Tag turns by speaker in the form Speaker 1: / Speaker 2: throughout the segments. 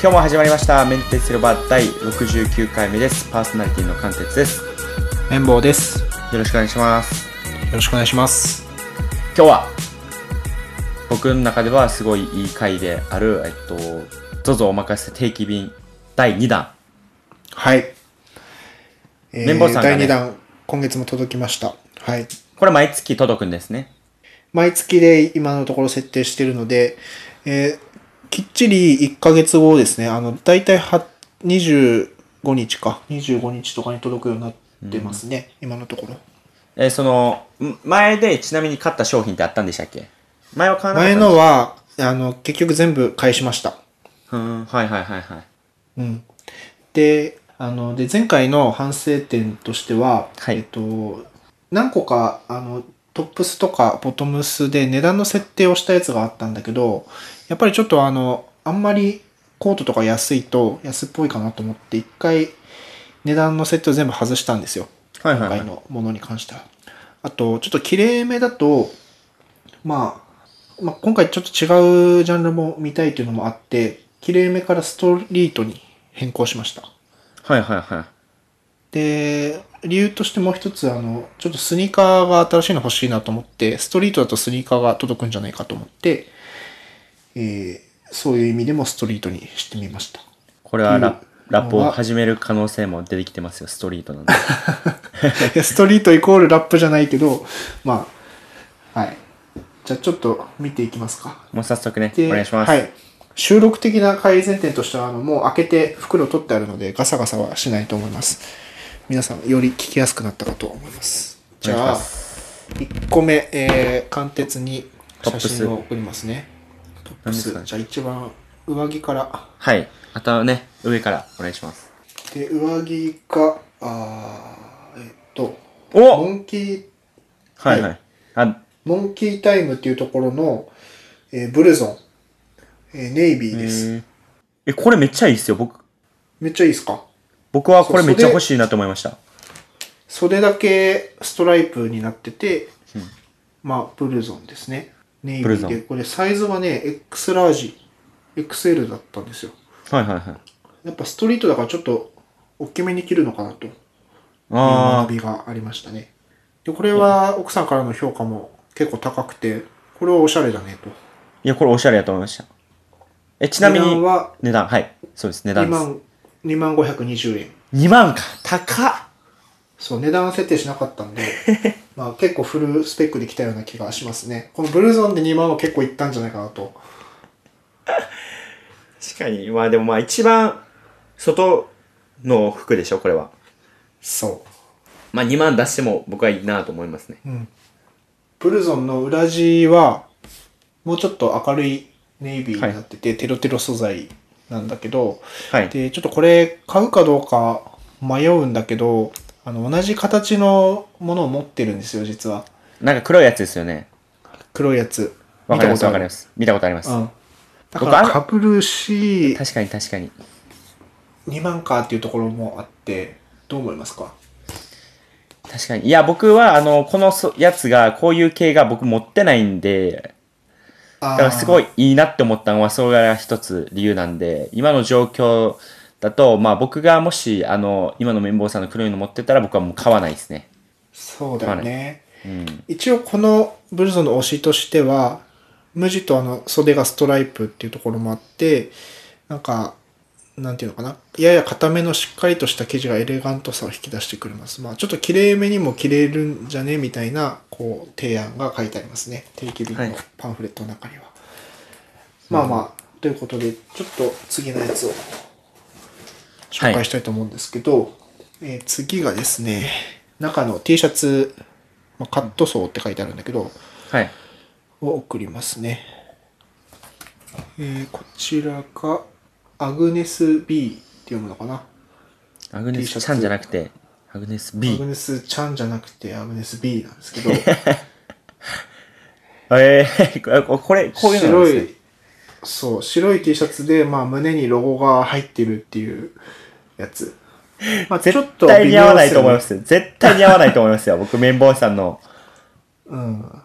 Speaker 1: 今日も始まりましたメンテスルバー第69回目ですパーソナリティの関鉄ですよ
Speaker 2: 綿棒です。よ
Speaker 1: ろしくお願いします
Speaker 2: ろしくお願いします。
Speaker 1: 今日は僕の中ではすごいいい回であるえっと ZOZO お任せ定期便第2弾
Speaker 3: はい。え
Speaker 1: 綿棒さんがね
Speaker 3: 第2弾、今月も届きました。はい。
Speaker 1: これ毎月届くんですね
Speaker 3: 毎月で今のところ設定してるので、えーきっちり1ヶ月後ですね。あの、だいたいは25日か。25日とかに届くようになってますね。今のところ。
Speaker 1: えーそのん前でちなみに買った商品ってあったんでしたっけ前は買わなかった
Speaker 3: 前
Speaker 1: ん
Speaker 3: のは、あの、結局全部返しました。
Speaker 1: うんはいはいはいはい
Speaker 3: うん。で、あの、で、前回の反省点としては、
Speaker 1: はい
Speaker 3: えっと、何個か、あの、トップスとかボトムスで値段の設定をしたやつがあったんだけど、やっぱりちょっとあの、あんまりコートとか安いと安っぽいかなと思って、一回値段の設定を全部外したんですよ。
Speaker 1: はいは
Speaker 3: 今
Speaker 1: いはい
Speaker 3: 回のものに関しては。あと、ちょっと綺麗めだと、まあ、まあ、今回ちょっと違うジャンルも見たいというのもあって、綺麗めからストリートに変更しました。
Speaker 1: はいはいはい
Speaker 3: で、理由としてもう一つ、あの、ちょっとスニーカーが新しいの欲しいなと思って、ストリートだとスニーカーが届くんじゃないかと思って、えーそういう意味でもストリートにしてみました。
Speaker 1: これはラ,、
Speaker 3: うん
Speaker 1: ラップを始める可能性も出てきてますよストリート なんで
Speaker 3: いやストリートイコールラップじゃないけど、まあ、はい。じゃあちょっと見ていきますか。
Speaker 1: もう早速ねお
Speaker 3: で
Speaker 1: 願いします、
Speaker 3: はい。収録的な改善点としては、あの、もう開けて袋取ってあるので、ガサガサはしないと思います。皆さん、より聞きやすくなったかと思います。じ
Speaker 1: お願
Speaker 3: ゃ
Speaker 1: い
Speaker 3: あ
Speaker 1: しま、
Speaker 3: 1個目、えー、貫徹に
Speaker 1: トップ
Speaker 3: 写
Speaker 1: ス
Speaker 3: 真を送りますね。トップ
Speaker 1: 何
Speaker 3: ス。
Speaker 1: ですかね
Speaker 3: じゃあ、一番上着から。
Speaker 1: はい。あとはね、上からお願いします。
Speaker 3: で、上着が、あーえっと、モ
Speaker 1: お
Speaker 3: ンキー、
Speaker 1: はいはい。あ、
Speaker 3: モンキータイムっていうところの、えーブルゾン、えーネイビーです。
Speaker 1: ええ、これめっちゃいいっすよ。僕、
Speaker 3: めっちゃいいですか
Speaker 1: 僕はこれめっちゃ欲しいなと思いました。
Speaker 3: 袖だけストライプになってて、まあ、ブルゾンですね。ネイビ
Speaker 1: ブルゾ
Speaker 3: ー
Speaker 1: ン
Speaker 3: で、これサイズはね、X ラージ、XL だったんですよ。
Speaker 1: はいはいはい。
Speaker 3: やっぱストリートだからちょっと大きめに着るのかなという
Speaker 1: あ
Speaker 3: 学びがありましたね。で、これは奥さんからの評価も結構高くて、これはおしゃれだねと。
Speaker 1: あ。いや、これおしゃれやと思いました。え、ちなみに、
Speaker 3: 値段は
Speaker 1: 値段、はい。そうです、値段
Speaker 3: 2
Speaker 1: です。
Speaker 3: 万、2万520円。
Speaker 1: 2万か。高っ
Speaker 3: そう、値段設定しなかったん で、まあ結構フルスペックで来たような気がしますね。このブルゾンで2万は結構いったんじゃないかなと。
Speaker 1: 確かに。まあでもまあ一番、外の服でしょ、これは。
Speaker 3: そ
Speaker 1: まあ2万出しても僕はいいなと思いますね。
Speaker 3: う。うん。ブルゾンの裏地は、もうちょっと明るいネイビーになってて、テロテロ素材なんだけど、
Speaker 1: はい。
Speaker 3: で、ちょっとこれ買うかどうか迷うんだけど、あの、同じ形のものを持ってるんですよ、実は。
Speaker 1: なんか黒いやつですよね。
Speaker 3: 黒いやつ。
Speaker 1: わかりますわかり
Speaker 3: る。
Speaker 1: ます。見たことあります。
Speaker 3: うん。だ
Speaker 1: 僕
Speaker 3: か
Speaker 1: あ
Speaker 3: ら
Speaker 1: の
Speaker 3: かぶるし、
Speaker 1: 確かに確かに。
Speaker 3: 2万かっていうところもあって、どう思いますか
Speaker 1: 確かに。いや、僕は、あの、このそやつが、こういう系が僕持ってないんで、だからすご
Speaker 3: い。
Speaker 1: いいいなって思ったのは、それが一つ理由なんで、今の状況だと、まあ僕がもし、あの、今の綿棒さんの黒いの持ってたら僕はもう買わないですね。
Speaker 3: そうだよね。
Speaker 1: うん。
Speaker 3: 一応このブルゾンの推しとしては、無地とあの袖がストライプっていうところもあって、なんか、なんていうのかな。やや固めのしっかりとした生地がエレガントさを引き出してくれます。まあちょっと綺麗めにも着れるんじゃねみたいな、こう、提案が書いてありますね。定期便
Speaker 1: は
Speaker 3: の
Speaker 1: い
Speaker 3: パンフレットの中には。まあまあ、ということで、ちょっと次のやつを紹介したいと思うんですけど、えー次がですね、中の T シャツ、まあ、カットソーって書いてあるんだけど、
Speaker 1: はい。
Speaker 3: を送りますね。えーこちらが、アグネス B って読むのかな。
Speaker 1: アグネ
Speaker 3: T シャ
Speaker 1: ス
Speaker 3: ツ
Speaker 1: ちゃんじゃなくて、アグネス
Speaker 3: ア
Speaker 1: B
Speaker 3: グ。ネスちゃんじゃなくて、アグネス B なんですけど、
Speaker 1: えー、 ここれ、こういうのなん
Speaker 3: 白
Speaker 1: ですね。
Speaker 3: い、そう、白い T シャツで、まあ、胸にロゴが入ってるっていうやつ。まあ、ちょっ
Speaker 1: 絶
Speaker 3: と
Speaker 1: 対
Speaker 3: 微
Speaker 1: 似
Speaker 3: 妙
Speaker 1: 合わ
Speaker 3: で
Speaker 1: ない
Speaker 3: す
Speaker 1: と
Speaker 3: よ
Speaker 1: 思いま
Speaker 3: ね。
Speaker 1: す。絶対似合わないと思いますよ。僕、綿棒さんの
Speaker 3: うん。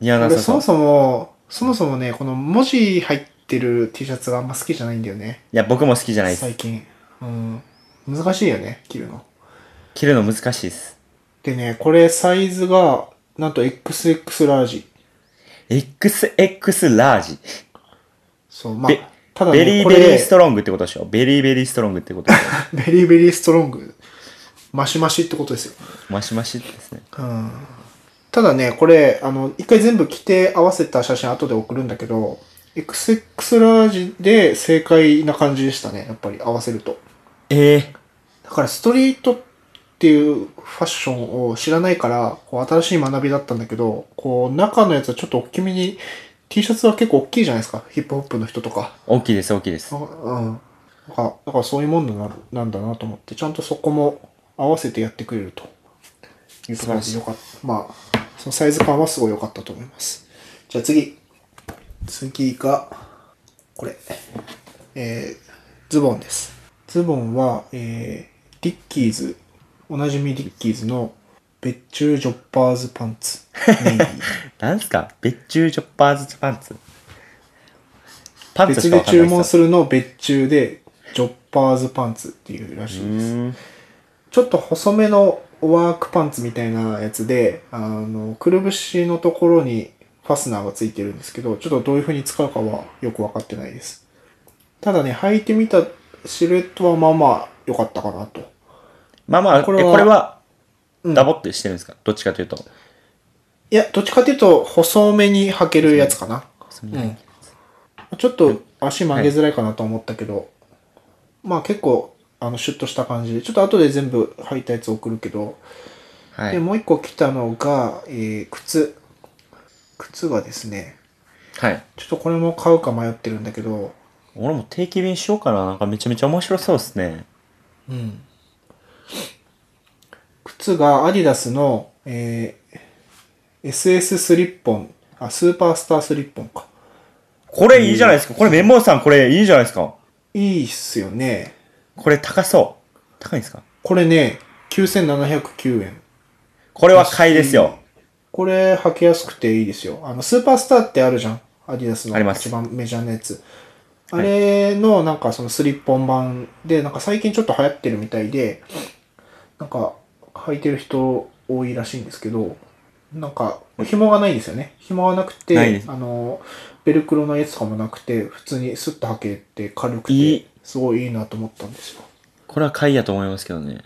Speaker 1: 似合わな
Speaker 3: 俺
Speaker 1: さ
Speaker 3: そ
Speaker 1: そ
Speaker 3: も
Speaker 1: う。
Speaker 3: そも、そもそもね、この文字入っってる T シャツがあんま好きじゃないんだよね。
Speaker 1: いや、僕も好きじゃないです。
Speaker 3: 最近。うん。難しいよね、着るの。
Speaker 1: 着るの難しいです。
Speaker 3: でね、これサイズが、なんと XX ラージ。
Speaker 1: XX ラージ。
Speaker 3: そう、まあ
Speaker 1: ベ、
Speaker 3: ただね、
Speaker 1: ベリー
Speaker 3: こ
Speaker 1: ベ
Speaker 3: れ
Speaker 1: リーストロングってことでしょベリーベリーストロングってことでしょ
Speaker 3: ベリーベリーストロング。マシマシってことですよ。
Speaker 1: マシマシですね。
Speaker 3: うん。ただね、これ、あの、一回全部着て合わせた写真後で送るんだけど、XX ラージで正解な感じでしたね、やっぱり合わせると。
Speaker 1: ええ
Speaker 3: だからストリートっていうファッションを知らないから、こう新しい学びだったんだけど、こう中のやつはちょっと大きめに、T シャツは結構大きいじゃないですか、ヒップホップの人とか。
Speaker 1: 大きいです、大きいです
Speaker 3: あ。うん。だから、だからそういうもんだななんだなと思って、ちゃんとそこも合わせてやってくれると。いうところでよかった。まあ、そのサイズ感はすごい良かったと思います。じゃあ次。次が、これ。えー、ズボンです。ズボンは、えー、ディッキーズ、おなじみディッキーズの別注ジョッパーズパン ツ。ネイビー
Speaker 1: なんすか別注ジョッパーズパンツパンツ
Speaker 3: 別
Speaker 1: しか
Speaker 3: で
Speaker 1: わかんな
Speaker 3: 注
Speaker 1: い
Speaker 3: 文
Speaker 1: です
Speaker 3: するのを別注で、ジョッパーズパンツっていうらしいです。
Speaker 1: る
Speaker 3: ちょっと細めのワークパンツみたいなやつで、あの、くるぶしのところにファスナーがついてるんですけど、ちょっとどういう風に使うかはよくわかってないです。ただね、履いてみたシルエットはまあまあ良かったかなと。
Speaker 1: まあまあ、え
Speaker 3: こ
Speaker 1: こ
Speaker 3: れ
Speaker 1: れ
Speaker 3: は
Speaker 1: は
Speaker 3: うん
Speaker 1: ダボってしてるんですか、どっちかというと。
Speaker 3: いや、どっちかというと、細めに履けるやつかな。うん。ちょっと足曲げづらいかなと思ったけど、まあ結構、あの、シュッとした感じで、ちょっと後で全部履いたやつ送るけど、
Speaker 1: は
Speaker 3: で、
Speaker 1: い。
Speaker 3: もう一個来たのが、えー、靴。靴がですね、
Speaker 1: はい。
Speaker 3: ちょっとこれも買うか迷ってるんだけど、
Speaker 1: 俺も定期便しようかな。なんかめちゃめちゃ面白そうですね。
Speaker 3: うん。靴がアディダスの、えー、SS スリッポン、あ、スーパースタースリッポンか。
Speaker 1: これいいじゃないですか。これ綿棒さん、これいいじゃないですか。
Speaker 3: いいっすよね。
Speaker 1: これ高そう。高いんですか
Speaker 3: これね、9709円。
Speaker 1: これは買いですよ。
Speaker 3: これ履きやすくていいですよ。あの、スーパースターってあるじゃん。アディダス
Speaker 1: あり
Speaker 3: の
Speaker 1: ます
Speaker 3: 一番メジャーなやつ。あ
Speaker 1: い
Speaker 3: れのなんかそのスリッポン版で、なんか最近ちょっと流行ってるみたいで、なんか履いてる人多いらしいんですけど、なんか紐がないんですよね。紐がなく
Speaker 1: ない
Speaker 3: て
Speaker 1: で、す
Speaker 3: あの、ベルクロのやつとかもなくて、普通にスッと履けて軽く
Speaker 1: い
Speaker 3: て
Speaker 1: い、
Speaker 3: すごいいいなと思ったんですよ。
Speaker 1: これは買いやと思いますけどね。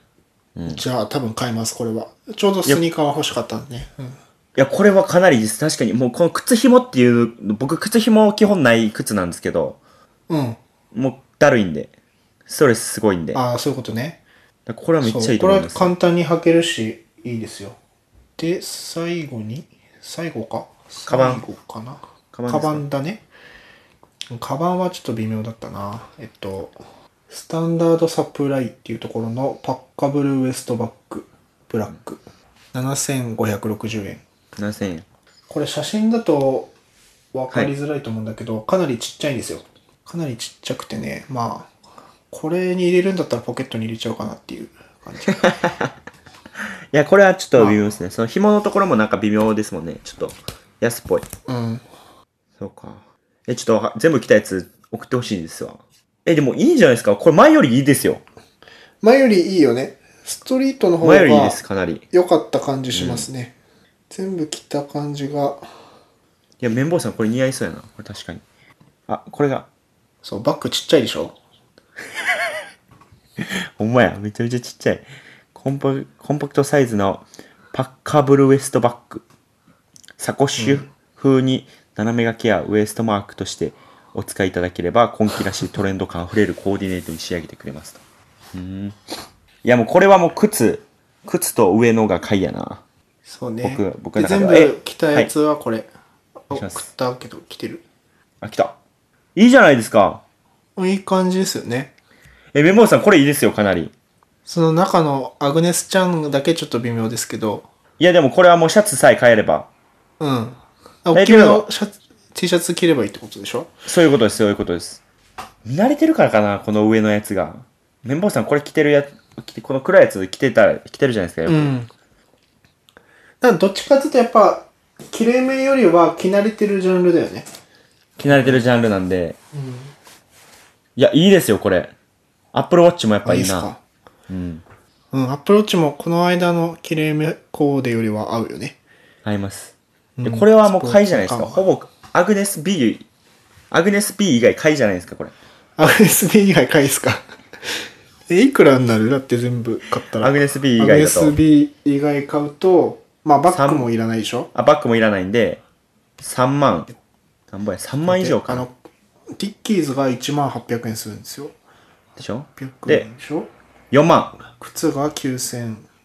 Speaker 1: うん
Speaker 3: じゃあ多分買います、これは。ちょうどスニーカーは欲しかったんでね。うん
Speaker 1: いや、これはかなりです。確かに、もうこの靴紐っていう、僕靴紐基本ない靴なんですけど、
Speaker 3: うん。
Speaker 1: もうだるいんで、ストレスすごいんで。
Speaker 3: ああ、そういうことね。
Speaker 1: だからこれはめっちゃいいと思
Speaker 3: そう
Speaker 1: い
Speaker 3: これ
Speaker 1: ま
Speaker 3: は
Speaker 1: す。
Speaker 3: 簡単に履けるしいいですよで最後に最後か
Speaker 1: カバン
Speaker 3: 最後かな
Speaker 1: カ
Speaker 3: カ
Speaker 1: バ
Speaker 3: バ
Speaker 1: ンですか
Speaker 3: ンだねカバンはちょっと微妙だったなえっとスタンダードサプライっていうところのパッカブルウエストバッグブラック7560円
Speaker 1: 7000円。
Speaker 3: これ写真だと分かりづらいと思うんだけど、かなりちっちゃいんですよかなりちっちゃくてねまあこれに入れるんだったらポケットに入れちゃおうかなっていう感じ
Speaker 1: いや、これはちょっと微妙ですね。その紐のところもなんか微妙ですもんね。ちょっと、安っぽい。
Speaker 3: うん。
Speaker 1: そうか。え、ちょっとは全部来たやつ送ってほしいですわ。え、でもいいんじゃないですかこれ前よりいいですよ。
Speaker 3: 前よりいいよね。ストリートの方
Speaker 1: 前よりいい
Speaker 3: が
Speaker 1: です、かなり。い
Speaker 3: 良かった感じしますね。全部着た感じが、
Speaker 1: や、綿棒さんこれ似合いそうやな。これ確かに。あ、これが。
Speaker 3: そう、バッグちっちゃいでしょ
Speaker 1: ほんまや。めちゃめちゃちっちゃい。コンパコンパクトサイズのパッカブルウエストバッグ。サコッシュ風に斜め掛けやウエストマークとしてお使いいただければ今季らしいトレンド感あふれるコーディネートに仕上げてくれますと。うーん。いやもうこれはもう靴、靴と上のが買いやな。
Speaker 3: そうね。
Speaker 1: 僕僕の
Speaker 3: で
Speaker 1: 中
Speaker 3: 全
Speaker 1: では
Speaker 3: 部着たやつはこれ。
Speaker 1: いし
Speaker 3: 送
Speaker 1: ま
Speaker 3: っ
Speaker 1: す
Speaker 3: たけど着てる。
Speaker 1: あ、来た。いいじゃないですか。
Speaker 3: いい感じですよね。
Speaker 1: え、メモさんこれいいですよ、かなり。
Speaker 3: その中のアグネスちゃんだけちょっと微妙ですけど、
Speaker 1: いやでもこれはもうシャツさえ変えれば。
Speaker 3: うん。
Speaker 1: え
Speaker 3: 大きめのシャツ T シャツ着ればいいってことでしょ
Speaker 1: そういうことです、そういうことです。見慣れてるからかな、この上のやつが。綿棒さんこれ着てるやつ、着てこの黒いやつ着てた、着てるじゃないですかよく。
Speaker 3: うん。だからどっちかっていうとやっぱ、きれいめよりは着慣れてるジャンルだよね。
Speaker 1: 着慣れてるジャンルなんで、いや、いいですよ、これ。Apple Watch もやっぱ
Speaker 3: あいい
Speaker 1: いい
Speaker 3: っす
Speaker 1: な。
Speaker 3: か。
Speaker 1: うん。
Speaker 3: うん、アップローチもこの間の綺麗めコーデよりは合うよね。
Speaker 1: 合います。
Speaker 3: うん
Speaker 1: でこれはもう買いじゃないですか。
Speaker 3: スポ
Speaker 1: ほぼ、アグネス B、アグネス B 以外買いじゃないですか、これ。
Speaker 3: RSB 以外買いですか え、いくらになるだって全部買ったら。
Speaker 1: アグネス B 以外だと。
Speaker 3: RSB 以外買うと、まあバッグ
Speaker 1: 三
Speaker 3: もいらないでしょ
Speaker 1: あ、バッグもいらないんで、3万、何倍 ?3 万以上か
Speaker 3: で
Speaker 1: な
Speaker 3: あ。の、ティッキーズが1万800円するんですよ。
Speaker 1: でしょ
Speaker 3: 800
Speaker 1: で
Speaker 3: 円、でしょ
Speaker 1: 4万。
Speaker 3: 靴が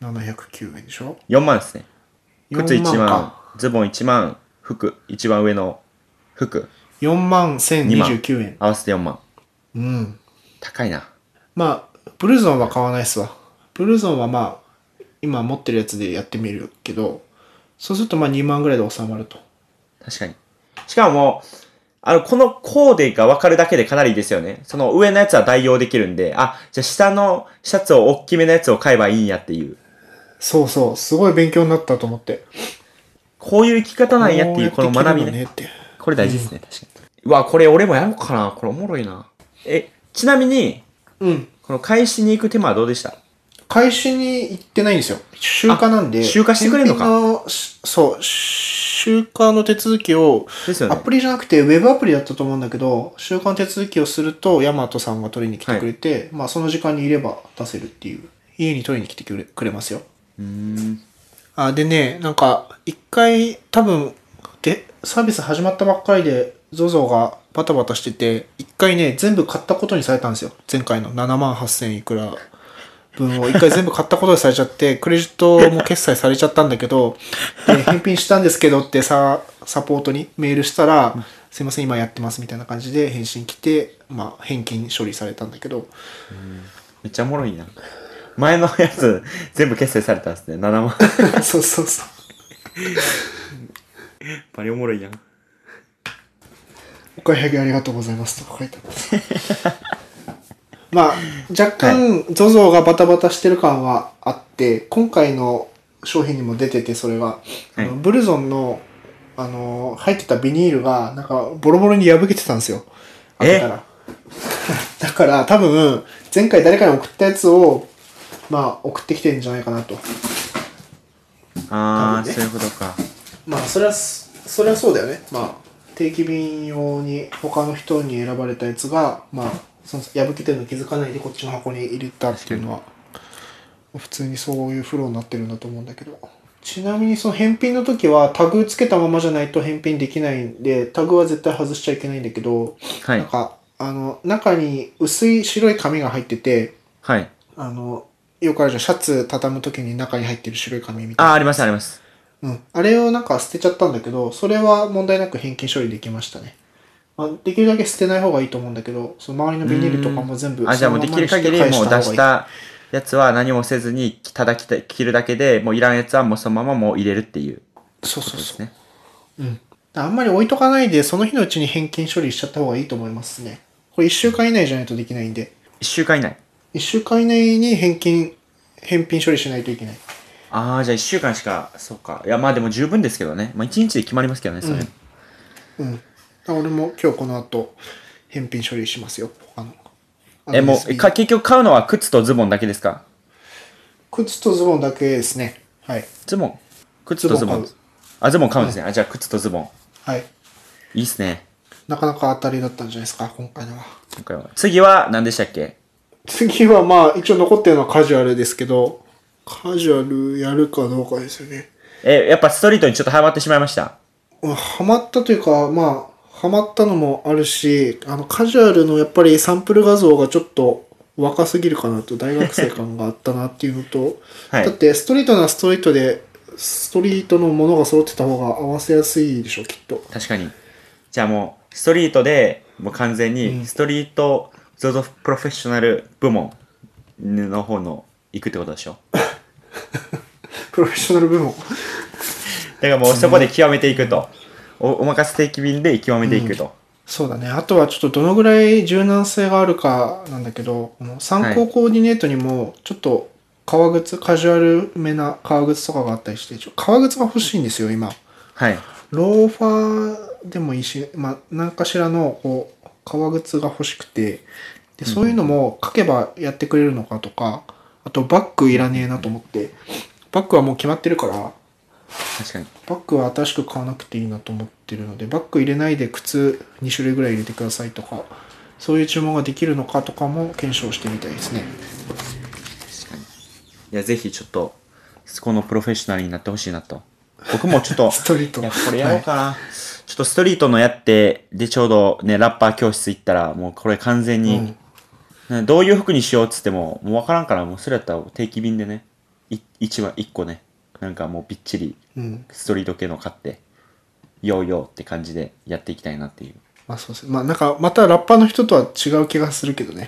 Speaker 3: 9709円でしょ
Speaker 1: 4万ですね。靴1
Speaker 3: 4
Speaker 1: 万、
Speaker 3: か
Speaker 1: ズボン1万、服、一番上の服、
Speaker 3: 4万1029円。
Speaker 1: 合わせて4万。
Speaker 3: うん。
Speaker 1: 高いな。
Speaker 3: まあ、ブルゾンは買わないっすわ。ブルゾンはまあ、今持ってるやつでやってみるけど、そうするとまあ2万ぐらいで収まると。
Speaker 1: 確かに。しかも、あの、このコーデが分かるだけでかなりいいですよね。その上のやつは代用できるんで、あ、じゃあ下のシャツを大きめのやつを買えばいいんやっていう。
Speaker 3: そうそう、すごい勉強になったと思って。
Speaker 1: こういう生き方なんやっていう、
Speaker 3: こ
Speaker 1: こ
Speaker 3: う
Speaker 1: の
Speaker 3: やって
Speaker 1: 学
Speaker 3: 着
Speaker 1: び
Speaker 3: るの
Speaker 1: ね。
Speaker 3: って。
Speaker 1: これ大事ですね、確かに。うわ、これ俺もやろうかな。これおもろいな。え、ちなみに、
Speaker 3: うん。
Speaker 1: この返しに行く手間はどうでした
Speaker 3: 開始に行ってないんですよ。集荷なんで。
Speaker 1: あ集荷してくれんのか
Speaker 3: 返品のしそう、集荷の手続きを、
Speaker 1: ですよね
Speaker 3: アプリじゃなくて、ウェブアプリだったと思うんだけど、集荷の手続きをすると、ヤマトさんが取りに来てくれて、まあその時間にいれば出せるっていう。家に取りに来てくれくれますよ。
Speaker 1: うーん。
Speaker 3: あ、でね、なんか、一回、多分、で、サービス始まったばっかりで、ZOZO がバタバタしてて、一回ね、全部買ったことにされたんですよ。前回の7万8000いくら分を一回全部買ったことにされちゃって、クレジットも決済されちゃったんだけど、で返品したんですけどってさ、サポートにメールしたら、すいません、今やってますみたいな感じで返信来て、まあ、返金処理されたんだけど、
Speaker 1: めっちゃおもろいな。前のやつ、全部決済されたんですね。7万。
Speaker 3: そうそうそう。
Speaker 1: バリおもろいやん。
Speaker 3: お買い上げありがとうございますとか書いてあります。まあ、若干、ZOZO がバタバタしてる感はあって、今回の商品にも出てて、それが、あの
Speaker 1: はい
Speaker 3: ブルゾンの、あの、入ってたビニールが、なんか、ボロボロに破けてたんですよ。開けたら。 だから、多分、前回誰かに送ったやつを、まあ、送ってきてるんじゃないかなと。
Speaker 1: あ
Speaker 3: 多分
Speaker 1: ー、
Speaker 3: ね
Speaker 1: そういうことか。
Speaker 3: まあそれはすそれはそうだよねまあ定期便用に他の人に選ばれたやつがまあその破けてるの気づかないでこっちの箱に入れたっていうのは普通にそういうフローになってるんだと思うんだけどちなみにその返品の時はタグつけたままじゃないと返品できないんでタグは絶対外しちゃいけないんだけど、
Speaker 1: はい
Speaker 3: なんかあの中に薄い白い紙が入ってて
Speaker 1: はい。
Speaker 3: あのよくあるじゃんシャツ畳む時に中に入ってる白い紙みたいな
Speaker 1: あー、ありますあります。
Speaker 3: うん。あれをなんか捨てちゃったんだけど、それは問題なく返金処理できましたね。まあ、できるだけ捨てない方がいいと思うんだけど、その周りのビニールとかも全部
Speaker 1: あ、じゃあもうできる限りもう出したやつは何もせずに、ただ着た着るだけで、もういらんやつはもうそのままもう入れるっていうこ
Speaker 3: そうそう
Speaker 1: とで
Speaker 3: そ
Speaker 1: す
Speaker 3: う。
Speaker 1: ね。
Speaker 3: あんまり置いとかないで、その日のうちに返金処理しちゃった方がいいと思いますね。これ1週間以内じゃないとできないんで、
Speaker 1: 1週間以内。
Speaker 3: 1週間以内に返金、返品処理しないといけない。
Speaker 1: あー、じゃあ1週間しか、そうか。いや、まあでも十分ですけどね。まあ1日で決まりますけどね、それ。
Speaker 3: うんうん。だから俺も今日この後、返品処理しますよ。他の。
Speaker 1: え、も
Speaker 3: あの
Speaker 1: う、か、結局買うのは靴とズボンだけですか
Speaker 3: 靴とズボンだけですね。はい。
Speaker 1: ズボン靴とズボン
Speaker 3: ズボン買う
Speaker 1: あ、ズボン買うんですね。あ、じゃあ靴とズボン。
Speaker 3: はい。
Speaker 1: いいっすね。
Speaker 3: なかなか当たりだったんじゃないですか、今回のは。
Speaker 1: 今回は次は何でしたっけ
Speaker 3: 次はまあ、一応残ってるのはカジュアルですけど、カジュアルやるかどうかですよね。
Speaker 1: え、やっぱストリートにちょっとハマってしまいました。
Speaker 3: まあハマったというか、まあ、ハマったのもあるし、あの、カジュアルのやっぱりサンプル画像がちょっと若すぎるかなと、大学生感があったなっていうのと、
Speaker 1: はい
Speaker 3: だってストリートならストリートで、ストリートのものが揃ってた方が合わせやすいでしょ、きっと。
Speaker 1: 確かに。じゃあもう、ストリートで、もう完全
Speaker 3: うん
Speaker 1: に、ストリート、ゾゾプロフェッショナル部門の方の行くってことでしょ。
Speaker 3: プロフェッショナル部門。
Speaker 1: だからもうそこで極めていくと。おお任せ定期便で極めていくと。
Speaker 3: そうだね。あとはちょっとどのぐらい柔軟性があるかなんだけど、この参
Speaker 1: は
Speaker 3: 考
Speaker 1: い
Speaker 3: コーディネートにも、ちょっと革靴、カジュアルめな革靴とかがあったりして、ちょ革靴が欲しいんですよ、今。
Speaker 1: はい。
Speaker 3: ローファーでもいいし、まあ、何かしらの、こう、革靴が欲しくて、で、そういうのも書けばやってくれるのかとか、あとバッグいらねえなと思って、バッグはもう決まってるから、
Speaker 1: 確かに。
Speaker 3: バッグは新しく買わなくていいなと思ってるので、バッグ入れないで靴2種類ぐらい入れてくださいとか、そういう注文ができるのかとかも検証してみたいですね。
Speaker 1: 確かに。いや、ぜひちょっと、そこのプロフェッショナルになってほしいなと。僕もちょっと、
Speaker 3: ストリート
Speaker 1: いや、これやろうかな。ちょっとストリートのやって、で、ちょうどね、ラッパー教室行ったら、もうこれ完全に、
Speaker 3: うん
Speaker 1: ねどういう服にしようっつっても、もうわからんから、もうそれやったら定期便でね、い一枚、一個ね、なんかもうびっちり、
Speaker 3: うん。
Speaker 1: ストリート系の買って、ようようって感じでやっていきたいなっていう。
Speaker 3: まあそうですね。まあなんか、またラッパーの人とは違う気がするけどね。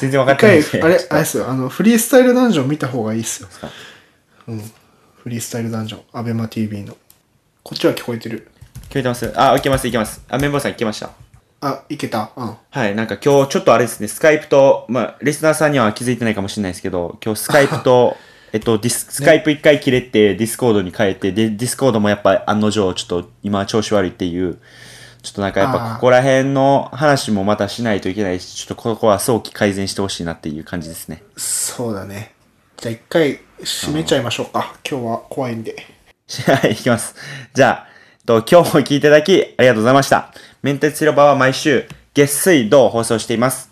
Speaker 1: 全然分か
Speaker 3: 一
Speaker 1: ってない
Speaker 3: 回
Speaker 1: んで。
Speaker 3: あれ
Speaker 1: ちょっ、と
Speaker 3: あれですよ、あの、フリースタイルダンジョン見た方がいいっすよ。
Speaker 1: か
Speaker 3: うん。フリースタイルダンジョン、アベマ TV の。こっちは聞こえてる。
Speaker 1: 決めてますあ、いけます、いけます。あ、メンバーさんいけました。
Speaker 3: あ、いけた。うん。
Speaker 1: はい、なんか今日ちょっとあれですね、スカイプと、まあ、リスナーさんには気づいてないかもしれないですけど、今日スカイプと、えっと、ディス、スカイプ一回切れて、ディスコードに変えて、で、ディスコードもやっぱ案の定、ちょっと今調子悪いっていう、ちょっとなんかやっ
Speaker 3: あー
Speaker 1: ぱここら辺の話もまたしないといけないし、ちょっとここは早期改善してほしいなっていう感じですね。
Speaker 3: そうだね。じゃあ一回閉めちゃいましょうか。今日は怖いんで。
Speaker 1: はい、いきます。じゃあ、えっと今日も聞いていただきありがとうございました。メンテツ広場は毎週月水土放送しています。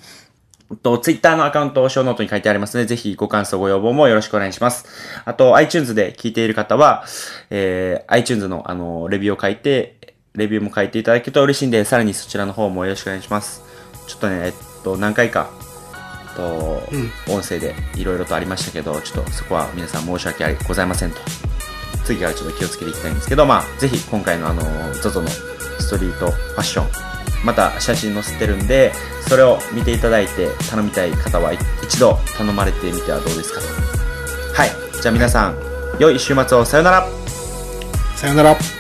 Speaker 1: えっと、ツイッターのアカウントをショーノートに書いてありますので、ぜひご感想、ご要望もよろしくお願いします。あと、iTunes で聞いている方は、えー、iTunes の、あの、レビューを書いて、レビューも書いていただけると嬉しいんで、さらにそちらの方もよろしくお願いします。ちょっとね、えっと、何回か、えっと、音声でいろいろとありましたけど、ちょっとそこは皆さん申し訳ありございませんと次からちょっと気をつけていきたいんですけど、まあ、ぜひ今回のあの、ZOZO のストリートファッション、また写真載せてるんで、それを見ていただいて頼みたい方は一度頼まれてみてはどうですかと。はい。じゃあ皆さん、良い週末をさよなら
Speaker 3: さよなら。